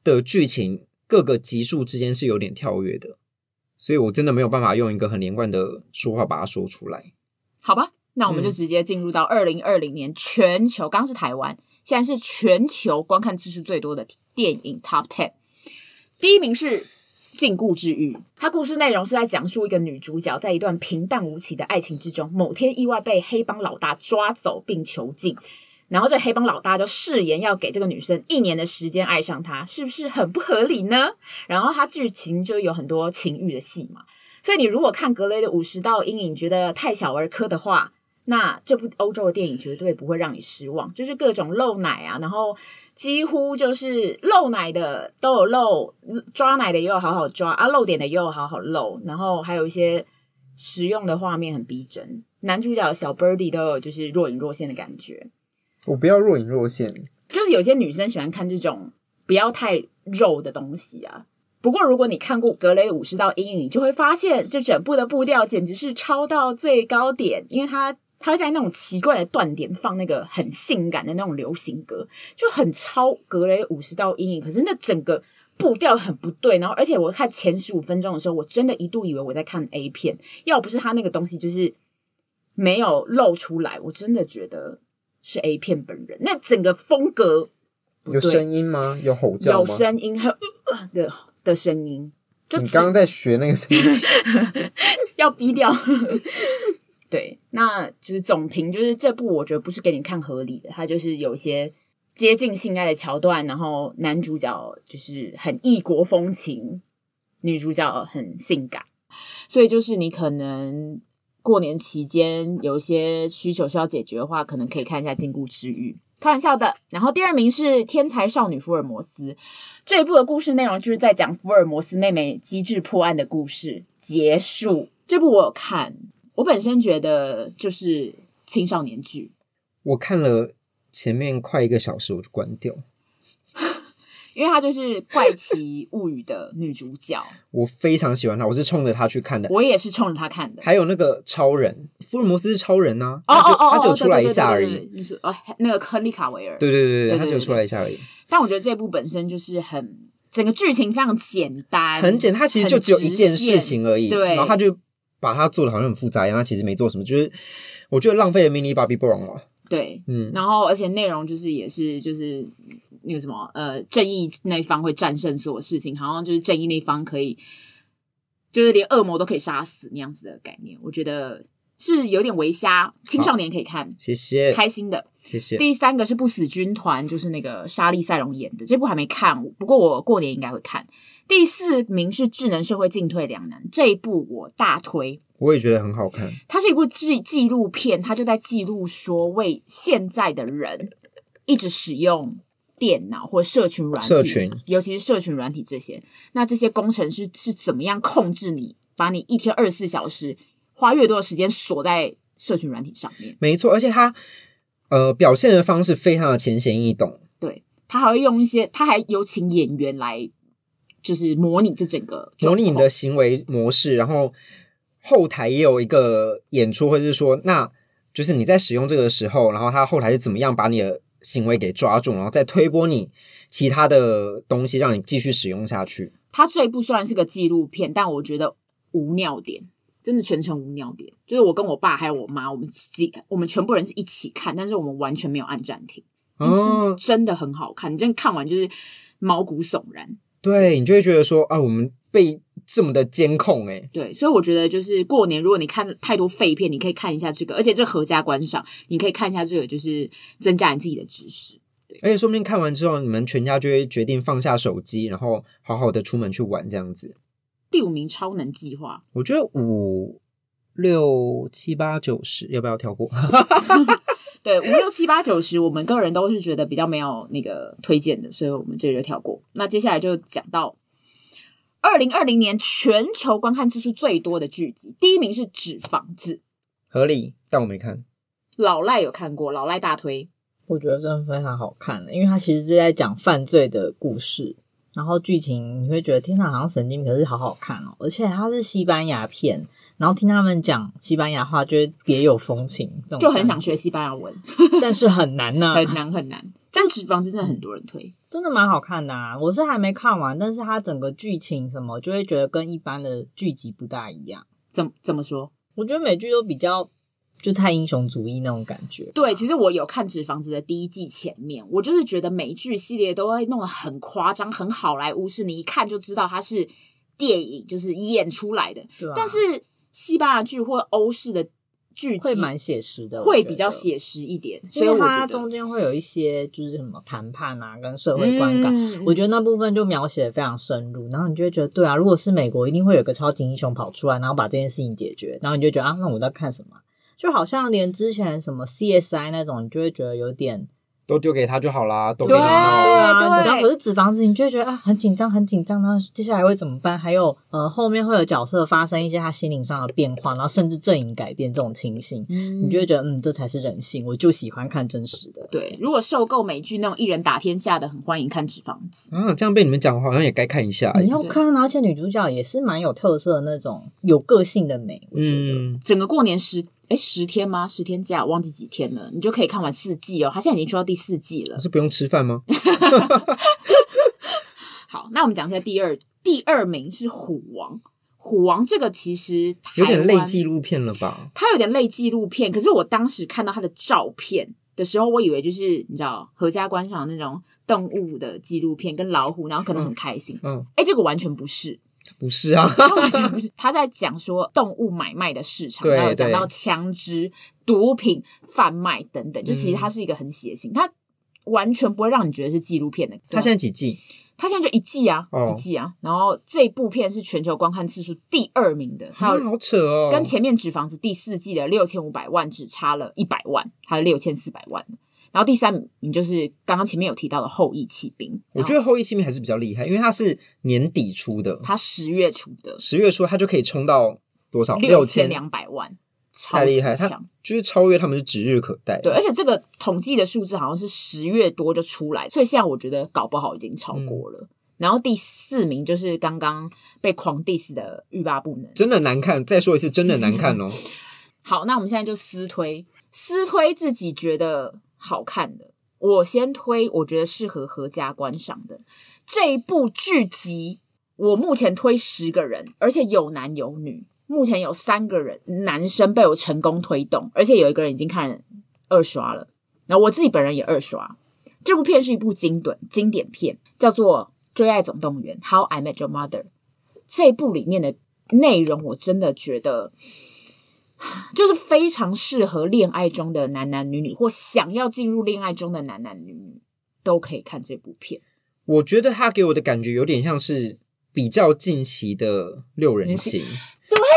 [SPEAKER 2] 的剧情各个集数之间是有点跳跃的，所以我真的没有办法用一个很连贯的说话把它说出来。
[SPEAKER 1] 好吧？那我们就
[SPEAKER 2] 嗯
[SPEAKER 1] 直接进入到二零二零年全球，刚刚是台湾，现在是全球观看次数最多的电影 Top Ten。第一名是《禁锢之狱》，它故事内容是在讲述一个女主角在一段平淡无奇的爱情之中，某天意外被黑帮老大抓走并囚禁，然后这黑帮老大就誓言要给这个女生一年的时间爱上她，是不是很不合理呢？然后它剧情就有很多情欲的戏嘛，所以你如果看格雷的《五十道阴影》觉得太小儿科的话，那这部欧洲的电影绝对不会让你失望，就是各种露奶啊，然后几乎就是露奶的都有露，抓奶的也有好好抓啊，露点的也有好好露，然后还有一些实用的画面很逼真，男主角小 Birdy 都有就是若隐若现的感觉，
[SPEAKER 2] 我不要若隐若现，
[SPEAKER 1] 就是有些女生喜欢看这种不要太肉的东西啊。不过，如果你看过《格雷五十道阴影》，你就会发现这整部的步调简直是超到最高点，因为它它会在那种奇怪的断点放那个很性感的那种流行歌，就很超《格雷五十道阴影》。可是那整个步调很不对，然后而且我看前十五分钟的时候，我真的一度以为我在看 A 片，要不是它那个东西就是没有露出来，我真的觉得是 A 片本人。那整个风格不对
[SPEAKER 2] 音吗？有吼
[SPEAKER 1] 有声音，还有、呃呃的的声音，就只
[SPEAKER 2] 在学那个声音，
[SPEAKER 1] 要逼掉。 对，那就是总评，就是这部我觉得不是给你看合理的，它就是有一些接近性爱的桥段，然后男主角就是很异国风情，女主角很性感，所以就是你可能过年期间有一些需求需要解决的话，可能可以看一下《禁锢之狱》。开玩笑的，然后第二名是《天才少女福尔摩斯》这一部的故事内容，就是在讲福尔摩斯妹妹机智破案的故事。结束，这部我有看，我本身觉得就是青少年剧，
[SPEAKER 2] 我看了前面快一个小时我就关掉，
[SPEAKER 1] 因为她就是《怪奇物语》的女主角，
[SPEAKER 2] 我非常喜欢他，我是冲着他去看的。
[SPEAKER 1] 我也是冲着她看的。
[SPEAKER 2] 还有那个超人，福尔摩斯是超人呐、
[SPEAKER 1] 哦
[SPEAKER 2] 他
[SPEAKER 1] 哦
[SPEAKER 2] 就
[SPEAKER 1] 哦，
[SPEAKER 2] 他只有
[SPEAKER 1] 哦
[SPEAKER 2] 出来一下而。
[SPEAKER 1] 对对对
[SPEAKER 2] 已。
[SPEAKER 1] 对对你说哦，那个亨利卡维尔。
[SPEAKER 2] 对对对
[SPEAKER 1] 对对
[SPEAKER 2] 他只有
[SPEAKER 1] 对
[SPEAKER 2] 出来一下而已，
[SPEAKER 1] 但我觉得这部本身就是很整个剧情非常简单，
[SPEAKER 2] 很简，他其实就只有一件事情而已。
[SPEAKER 1] 对
[SPEAKER 2] 然后他就把它做的好像很复杂一样，他其实没做什么，就是我觉得浪费了 mini Barbie Brown 了。
[SPEAKER 1] 对。
[SPEAKER 2] 嗯，
[SPEAKER 1] 然后，而且内容就是也是就是那个什么呃，正义那一方会战胜所有事情，好像就是正义那一方可以，就是连恶魔都可以杀死那样子的概念。我觉得是有点微瞎，青少年可以看，
[SPEAKER 2] 谢谢，
[SPEAKER 1] 开心的。
[SPEAKER 2] 谢谢。
[SPEAKER 1] 第三个是不死军团，就是那个莎莉赛隆演的，这部还没看，不过我过年应该会看。第四名是智能社会进退两难，这一部我大推，
[SPEAKER 2] 我也觉得很好看，
[SPEAKER 1] 它是一部纪纪录片，它就在记录说为现在的人一直使用电脑或社群软体，
[SPEAKER 2] 社群
[SPEAKER 1] 尤其是社群软体这些，那这些工程师是怎么样控制你，把你一天二十四小时花越多的时间锁在社群软体上面。
[SPEAKER 2] 没错，而且他呃表现的方式非常的浅显易懂。
[SPEAKER 1] 他还会用一些，他还有请演员来，就是模拟这整个
[SPEAKER 2] 模拟你
[SPEAKER 1] 状况
[SPEAKER 2] 的行为模式，然后后台也有一个演出，或者是说，那就是你在使用这个时候，然后它后台是怎么样把你的行为给抓住，然后再推波你其他的东西，让你继续使用下去。
[SPEAKER 1] 他这一部虽然是个纪录片，但我觉得无尿点，真的全程无尿点。就是我跟我爸还有我妈，我们几我们全部人是一起看，但是我们完全没有按暂停，
[SPEAKER 2] 哦，
[SPEAKER 1] 是真的很好看。你真的看完就是毛骨悚然。
[SPEAKER 2] 对你就会觉得说啊，我们被这么的监控、欸，
[SPEAKER 1] 对，所以我觉得就是过年，如果你看太多废片，你可以看一下这个，而且这合家观赏，你可以看一下这个，就是增加你自己的知识。
[SPEAKER 2] 而且说不定看完之后，你们全家就会决定放下手机，然后好好的出门去玩这样子。
[SPEAKER 1] 第五名《超能计划》，
[SPEAKER 2] 我觉得五六七八九十要不要跳过？
[SPEAKER 1] 对，五六七八九十，我们个人都是觉得比较没有那个推荐的，所以我们这里就跳过。那接下来就讲到二零二零年全球观看次数最多的剧集，第一名是《纸房子》，
[SPEAKER 2] 合理，但我没看。
[SPEAKER 1] 老赖有看过，老赖大推。
[SPEAKER 3] 我觉得真的非常好看欸的，因为它其实是在讲犯罪的故事，然后剧情你会觉得天哪，好像神经病，可是好好看哦，而且它是西班牙片，然后听他们讲西班牙话，就会别有风情，这种
[SPEAKER 1] 就很想
[SPEAKER 3] 感
[SPEAKER 1] 学西班牙文，
[SPEAKER 3] 觉，但是很难呐、
[SPEAKER 1] 很难很难。但《纸房子》真的很多人推，
[SPEAKER 3] 真的蛮好看的、啊。我是还没看完，但是它整个剧情什么，就会觉得跟一般的剧集不大一样。
[SPEAKER 1] 怎怎么说？
[SPEAKER 3] 我觉得美剧都比较就太英雄主义那种感觉，
[SPEAKER 1] 对，其实我有看《纸房子》的第一季前面，我就是觉得美剧系列都会弄得很夸张，很好莱坞式，你一看就知道它是电影，就是演出来的。
[SPEAKER 3] 对啊
[SPEAKER 1] 但是西班牙剧或欧式的剧集
[SPEAKER 3] 会蛮写实的，
[SPEAKER 1] 会比较
[SPEAKER 3] 写。
[SPEAKER 1] 写实一点，所
[SPEAKER 3] 所
[SPEAKER 1] 以
[SPEAKER 3] 以
[SPEAKER 1] 我
[SPEAKER 3] 它
[SPEAKER 1] 觉
[SPEAKER 3] 中
[SPEAKER 1] 得
[SPEAKER 3] 间会有一些就是什么谈判啊，跟社会观感，
[SPEAKER 1] 嗯
[SPEAKER 3] 我觉得那部分就描写的非常深入。然后你就会觉得，对啊，如果是美国，一定会有个超级英雄跑出来，然后把这件事情解决。然后你就觉得啊，那我在看什么啊？就好像连之前什么 CSI 那种，你就会觉得有点
[SPEAKER 2] 都丢给他就好啦，都给
[SPEAKER 1] 对
[SPEAKER 2] 你弄。
[SPEAKER 3] 啊，你知道，
[SPEAKER 1] 对
[SPEAKER 3] 可是纸房子，你就会觉得啊，很紧张，很紧张。然后接下来会怎么办？还有呃，后面会有角色发生一些他心灵上的变化，然后甚至阵营改变这种情形，你
[SPEAKER 1] 你
[SPEAKER 3] 就会觉得嗯，这才是人性。我就喜欢看真实的。
[SPEAKER 1] 对，如果受够美剧那种一人打天下的，很欢迎看《纸房子》。
[SPEAKER 2] 啊，这样被你们讲，我好像也该看一下、
[SPEAKER 1] 嗯
[SPEAKER 3] 你
[SPEAKER 2] 欸。
[SPEAKER 3] 要看啊，而且女主角也是蛮有特色的那种有个性的美，我觉得。
[SPEAKER 2] 嗯，
[SPEAKER 1] 整个过年十哎十天吗？十天假，我忘记几天了，你就可以看完四季哦。它现在已经出到第四季了
[SPEAKER 2] 我。是不用吃饭吗？
[SPEAKER 1] 好，那我们讲一下第二第二名是《虎王》，《虎王》这个其实台
[SPEAKER 2] 有
[SPEAKER 1] 湾
[SPEAKER 2] 点类纪录片了吧？
[SPEAKER 1] 它有点类纪录片，可是我当时看到它的照片的时候，我以为就是你知道合家观赏那种动物的纪录片，跟老虎，然后可能很开心。
[SPEAKER 2] 嗯，
[SPEAKER 1] 哎、结果完全不 是，
[SPEAKER 2] 不是啊，
[SPEAKER 1] 它完全不是。他在讲说动物买卖的市场，
[SPEAKER 2] 对
[SPEAKER 1] 然后讲
[SPEAKER 2] 对
[SPEAKER 1] 到枪支、毒品贩卖等等，就其实
[SPEAKER 2] 嗯
[SPEAKER 1] 它是一个很血腥，它完全不会让你觉得是纪录片的。
[SPEAKER 2] 他现在几季？
[SPEAKER 1] 它现在就一季啊，
[SPEAKER 2] 哦
[SPEAKER 1] 一季啊。然后这部片是全球观看次数第二名的，它
[SPEAKER 2] 啊，
[SPEAKER 1] 有
[SPEAKER 2] 好扯哦。
[SPEAKER 1] 跟前面《纸房子》第四季的六千五百万只差了一百万，还有六千四百万。然后第三名就是刚刚前面有提到的《后羿弃兵》，
[SPEAKER 2] 我觉
[SPEAKER 1] 得
[SPEAKER 2] 得《后羿弃兵》还是比较厉害，因为它是年底出的，
[SPEAKER 1] 他十月出的
[SPEAKER 2] 十月初它就可以冲到多少？
[SPEAKER 1] 六
[SPEAKER 2] 千
[SPEAKER 1] 两百万，超
[SPEAKER 2] 太
[SPEAKER 1] 级
[SPEAKER 2] 厉害，他
[SPEAKER 1] 强。
[SPEAKER 2] 就是超越他们是指日可待。
[SPEAKER 1] 对，而且这个统计的数字好像是十月多就出来，所以现在我觉得搞不好已经超
[SPEAKER 2] 嗯
[SPEAKER 1] 过了。然后第四名就是刚刚被狂 diss 的欲罢不能。
[SPEAKER 2] 真的难看，再说一次，真的难 看哦。
[SPEAKER 1] 好，那我们现在就私推，私推自己觉得好看的。我先推，我觉得适合合家观赏的这一部剧集，我目前推十个人，而且有男有女。目前有三个人男生被我成功推动，而且有一个人已经看了二刷了，然后我自己本人也二刷。这部片是一部经典经典片，叫做《追爱总动员》（How I Met Your Mother）。这部里面的内容，我真的觉得就是非常适合恋爱中的男男女女，或想要进入恋爱中的男男女女，都可以看这部片。
[SPEAKER 2] 我觉得他给我的感觉有点像是比较近期的六人行，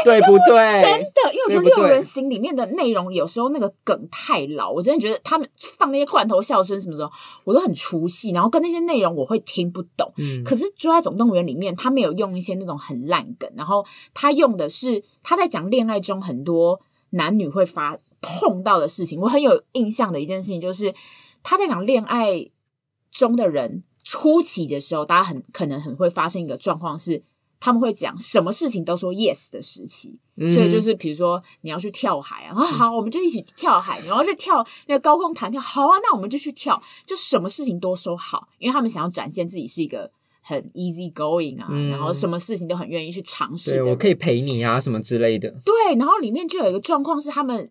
[SPEAKER 2] 对不对？
[SPEAKER 1] 真的，因为我觉得
[SPEAKER 2] 对不哎对
[SPEAKER 1] 六人行里面的内容有时候那个梗太老，我真的觉得他们放那些罐头笑声什么时候，我都很出戏，然后跟那些内容我会听不懂。
[SPEAKER 2] 嗯，
[SPEAKER 1] 可是《追爱总动员》里面，他没有用一些那种很烂梗，然后他用的是他在讲恋爱中很多男女会发碰到的事情。我很有印象的一件事情就是，他在讲恋爱中的人初期的时候，大家很可能很会发生一个状况是，他们会讲什么事情都说 yes 的时期。所以就
[SPEAKER 2] 嗯
[SPEAKER 1] 是比如说你要去跳海啊，啊好，我们就一起跳海。你要去跳那个高空弹跳，好啊，那我们就去跳。就什么事情都说好，因为他们想要展现自己是一个很 easy going 啊，
[SPEAKER 2] 嗯
[SPEAKER 1] 然后什么事情都很愿意去尝试
[SPEAKER 2] 对
[SPEAKER 1] 的人。
[SPEAKER 2] 我可以陪你啊，什么之类的。
[SPEAKER 1] 对，然后里面就有一个状况是，他们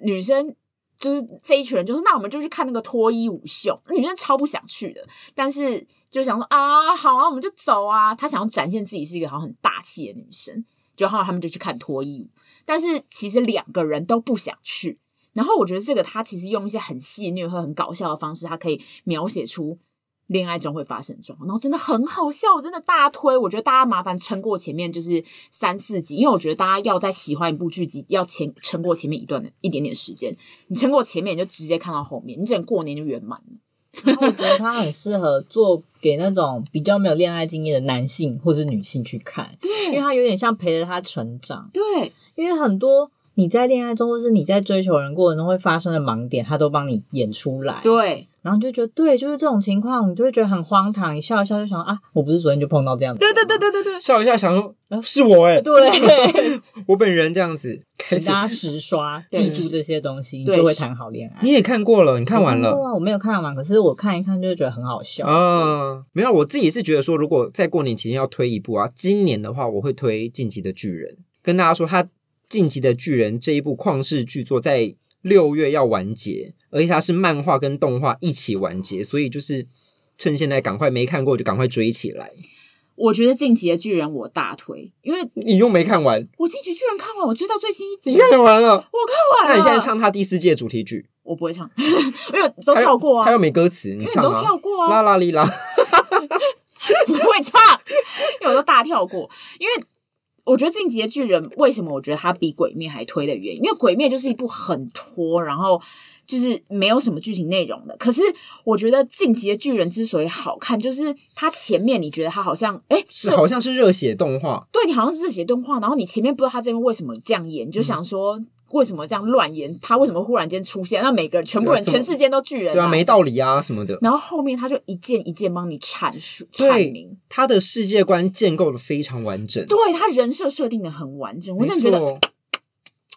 [SPEAKER 1] 女生就是这一群人，就是那我们就去看那个脱衣舞秀，女生超不想去的，但是就想说啊，好啊，我们就走啊。她想要展现自己是一个好像很大气的女生，就后来他们就去看脱衣舞，但是其实两个人都不想去。然后我觉得这个他其实用一些很戏谑和很搞笑的方式，他可以描写出恋爱中会发生的状况，然后真的很好笑，我真的大推。我觉得大家麻烦撑过前面就是三四集，因为我觉得大家要在喜欢一部剧集，要前撑过前面一段的一点点时间，你撑过前面，你就直接看到后面，你整个过年就圆满了。
[SPEAKER 3] 然后我觉得它很适合做给那种比较没有恋爱经验的男性或是女性去看，因为它有点像陪着他成长。
[SPEAKER 1] 对
[SPEAKER 3] 因为很多你在恋爱中或是你在追求人过程中会发生的盲点，他都帮你演出来。
[SPEAKER 1] 对
[SPEAKER 3] 然后你就觉得对，就是这种情况，你就会觉得很荒唐，你笑一笑就想啊，我不是昨天就碰到这样子的
[SPEAKER 1] 对
[SPEAKER 3] 吗，
[SPEAKER 1] 对对对对对，
[SPEAKER 2] 笑一下，想说是我哎、
[SPEAKER 3] 对，
[SPEAKER 2] 我本人这样子开
[SPEAKER 3] 请
[SPEAKER 2] 始。
[SPEAKER 3] 大家实刷，
[SPEAKER 1] 对
[SPEAKER 3] 记住这些东西，你
[SPEAKER 1] 对
[SPEAKER 3] 就会谈好恋 爱。
[SPEAKER 2] 你也看过了，你看完
[SPEAKER 3] 我
[SPEAKER 2] 了
[SPEAKER 3] 过啊我没有看完，可是我看一看就会觉得很好笑。
[SPEAKER 2] 啊？没有，我自己是觉得说，如果在过年期间要推一部啊，今年的话我会推《晋级的巨人》。跟大家说，他《晋级的巨人》这一部旷世巨作在六月要完结，而且它是漫画跟动画一起完结，所以就是趁现在赶快没看过就赶快追起来。
[SPEAKER 1] 我觉得《进击的巨人》我大推，因为
[SPEAKER 2] 你又没看完，
[SPEAKER 1] 我《进击的巨人》看完，我追到最新一集，
[SPEAKER 2] 你看完了，
[SPEAKER 1] 我看完了。
[SPEAKER 2] 那你现在唱他第四季的主题曲，
[SPEAKER 1] 我不会唱， 因为都跳过啊
[SPEAKER 2] 他，又没歌词，你
[SPEAKER 1] 因为
[SPEAKER 2] 唱
[SPEAKER 1] 你都
[SPEAKER 2] 啊
[SPEAKER 1] 跳，过啊
[SPEAKER 2] 啦，啦哩啦，
[SPEAKER 1] 不会唱，因为我都大跳过。因为我觉得《进击的巨人》为什么我觉得它比《鬼灭》还推的原因，因为《鬼灭》就是一部很拖，然后就是没有什么剧情内容的。可是我觉得《进击的巨人》之所以好看，就是它前面你觉得它好像哎、
[SPEAKER 2] 是好像是热血动画，
[SPEAKER 1] 对你好像是热血动画，然后你前面不知道他这边为什么这样演，
[SPEAKER 2] 嗯
[SPEAKER 1] 你就想说。为什么这样乱演？他为什么忽然间出现？那每个人、全部人、
[SPEAKER 2] 对啊怎么
[SPEAKER 1] 全世界都巨人、
[SPEAKER 2] 对啊，没道理啊什么的。
[SPEAKER 1] 然后后面他就一件一件帮你阐述、
[SPEAKER 2] 对
[SPEAKER 1] 阐明，
[SPEAKER 2] 他的世界观建构的非常完整，
[SPEAKER 1] 对他人设设定的很完整。我真的觉得，
[SPEAKER 2] 没错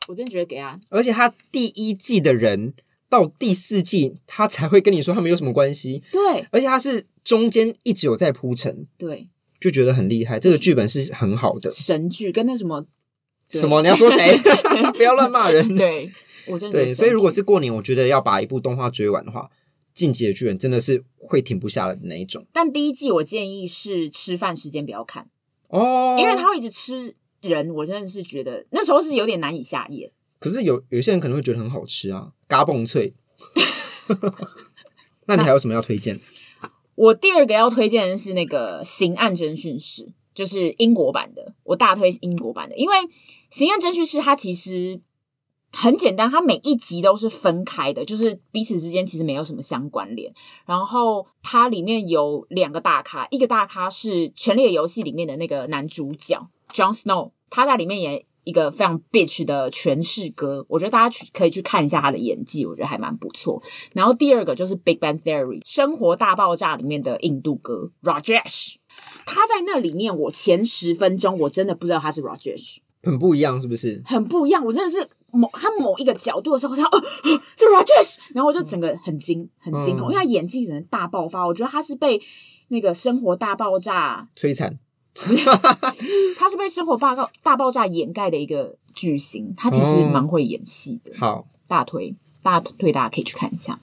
[SPEAKER 1] 我真的觉得给他
[SPEAKER 2] 而且他第一季的人到第四季，他才会跟你说他们有什么关系，
[SPEAKER 1] 对
[SPEAKER 2] 而且他是中间一直有在铺陈，
[SPEAKER 1] 对
[SPEAKER 2] 就觉得很厉害。这个剧本是很好的。
[SPEAKER 1] 神剧跟那什么对
[SPEAKER 2] 什么？你要说 谁？不要乱骂人。
[SPEAKER 1] 对，我真的觉得
[SPEAKER 2] 嗯对，所以
[SPEAKER 1] 神
[SPEAKER 2] 如果
[SPEAKER 1] 剧
[SPEAKER 2] 是过年，我觉得要把一部动画追完的话，《进击的巨人》真的是会停不下来的那一种
[SPEAKER 1] 但第一季我建议是吃饭时间不要看，
[SPEAKER 2] 哦。
[SPEAKER 1] 因为他会一直吃人，我真的是觉得那时候是有点难以下咽。
[SPEAKER 2] 可是有有些人可能会觉得很好吃啊，嘎嘣脆。 那你还有什么要推荐？
[SPEAKER 1] 我第二个要推荐的是那个《刑案侦讯室》，就是英国版的，我大推英国版的，因为《刑案侦讯室》它其实很简单，它每一集都是分开的，就是彼此之间其实没有什么相关联。然后它里面有两个大咖，一个大咖是《权力的游戏》里面的那个男主角 Jon Snow，他在里面也一个非常 bitch 的诠释歌，我觉得大家去可以去看一下他的演技，我觉得还蛮不错。然后第二个就是《Big Bang Theory》《生活大爆炸》里面的印度歌 Rajesh，他在那里面我前十分钟我真的不知道他是 Rajesh，
[SPEAKER 2] 很不一样，是不是？
[SPEAKER 1] 很不一样，我真的是。某他某一个角度的时候，他哦，哦这 Rajesh，然后我就整个很惊很惊恐，
[SPEAKER 2] 嗯
[SPEAKER 1] 因为他演技真的大爆发。我觉得他是被那个《生活大爆炸》
[SPEAKER 2] 摧残，
[SPEAKER 1] 他是被《生活大爆大爆炸》掩盖的一个巨星，他其实蛮会演戏的，
[SPEAKER 2] 好，
[SPEAKER 1] 大推大推大家可以去看一下。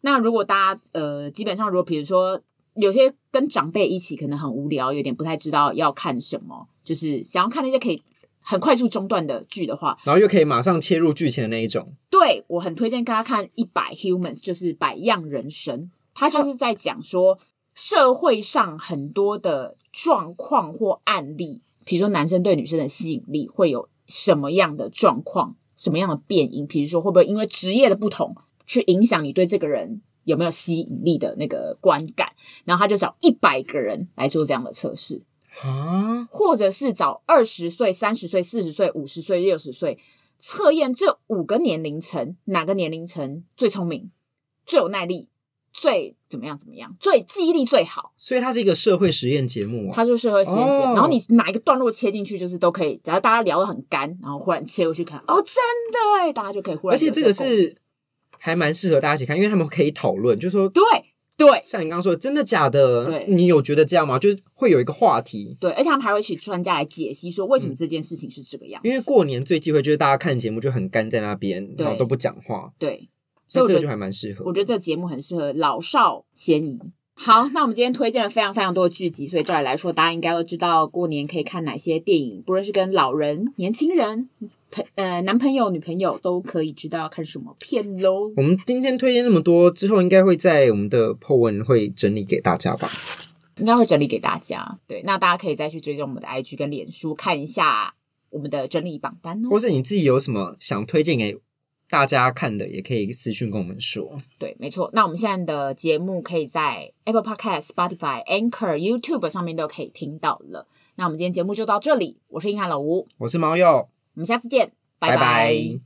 [SPEAKER 1] 那如果大家呃，基本上如果比如说有些跟长辈一起可能很无聊，有点不太知道要看什么，就是想要看那些可以很快速中断的剧的话，
[SPEAKER 2] 然后又可以马上切入剧情的那一种，
[SPEAKER 1] 对我很推荐大家看《一百 Humans》，就是《百样人生》，它就是在讲说社会上很多的状况或案例，比如说男生对女生的吸引力会有什么样的状况，什么样的变因，比如说会不会因为职业的不同去影响你对这个人有没有吸引力的那个观感，然后他就找一百个人来做这样的测试。
[SPEAKER 2] 啊，
[SPEAKER 1] 或者是找二十岁、三十岁、四十岁、五十岁、六十岁，测验这五个年龄层哪个年龄层最聪明、最有耐力、最怎么样怎么样、最记忆力最好，
[SPEAKER 2] 所以它是一个社会实验节目啊，
[SPEAKER 1] 它就适合先讲。
[SPEAKER 2] 哦
[SPEAKER 1] 然后你哪一个段落切进去，就是都可以。只要大家聊得很干，然后忽然切过去看，哦，真的耶，大家就可以忽然
[SPEAKER 2] 而
[SPEAKER 1] 有
[SPEAKER 2] 且
[SPEAKER 1] 一共鸣。
[SPEAKER 2] 这个是还蛮适合大家一起看，因为他们可以讨论，就说
[SPEAKER 1] 对对
[SPEAKER 2] 像你刚刚说的，真的假的
[SPEAKER 1] 对？
[SPEAKER 2] 你有觉得这样吗？就是会有一个话题，
[SPEAKER 1] 对，而且他们还会请专家来解析说为
[SPEAKER 2] 嗯
[SPEAKER 1] 什么这件事情是这个样子。
[SPEAKER 2] 因为过年最忌讳就是大家看节目就很干在那边，
[SPEAKER 1] 对
[SPEAKER 2] 然后都不讲话，
[SPEAKER 1] 对，所以
[SPEAKER 2] 那
[SPEAKER 1] 我
[SPEAKER 2] 这
[SPEAKER 1] 觉
[SPEAKER 2] 个
[SPEAKER 1] 得
[SPEAKER 2] 就还蛮适合
[SPEAKER 1] 我。觉得这个节目很适合老少咸宜。好，那我们今天推荐了非常非常多的剧集，所以照理来说，大家应该都知道过年可以看哪些电影，不论是跟老人、年轻人、朋呃男朋友、女朋友都可以知道要看什么片喽。
[SPEAKER 2] 我们今天推荐那么多，之后应该会在我们的 po 文会整理给大家吧。
[SPEAKER 1] 应该会整理给大家。对，那大家可以再去追踪我们的 IG 跟脸书，看一下我们的整理榜单
[SPEAKER 2] 或
[SPEAKER 1] 哦。
[SPEAKER 2] 是你自己有什么想推荐给大家看的，也可以私讯跟我们说。
[SPEAKER 1] 对，没错。那我们现在的节目可以在 Apple Podcast、Spotify、Anchor、YouTube 上面都可以听到了。那我们今天节目就到这里，我是硬汉老吴。
[SPEAKER 2] 我是猫鼬，
[SPEAKER 1] 我们下次见，拜
[SPEAKER 2] 拜
[SPEAKER 1] 拜
[SPEAKER 2] 拜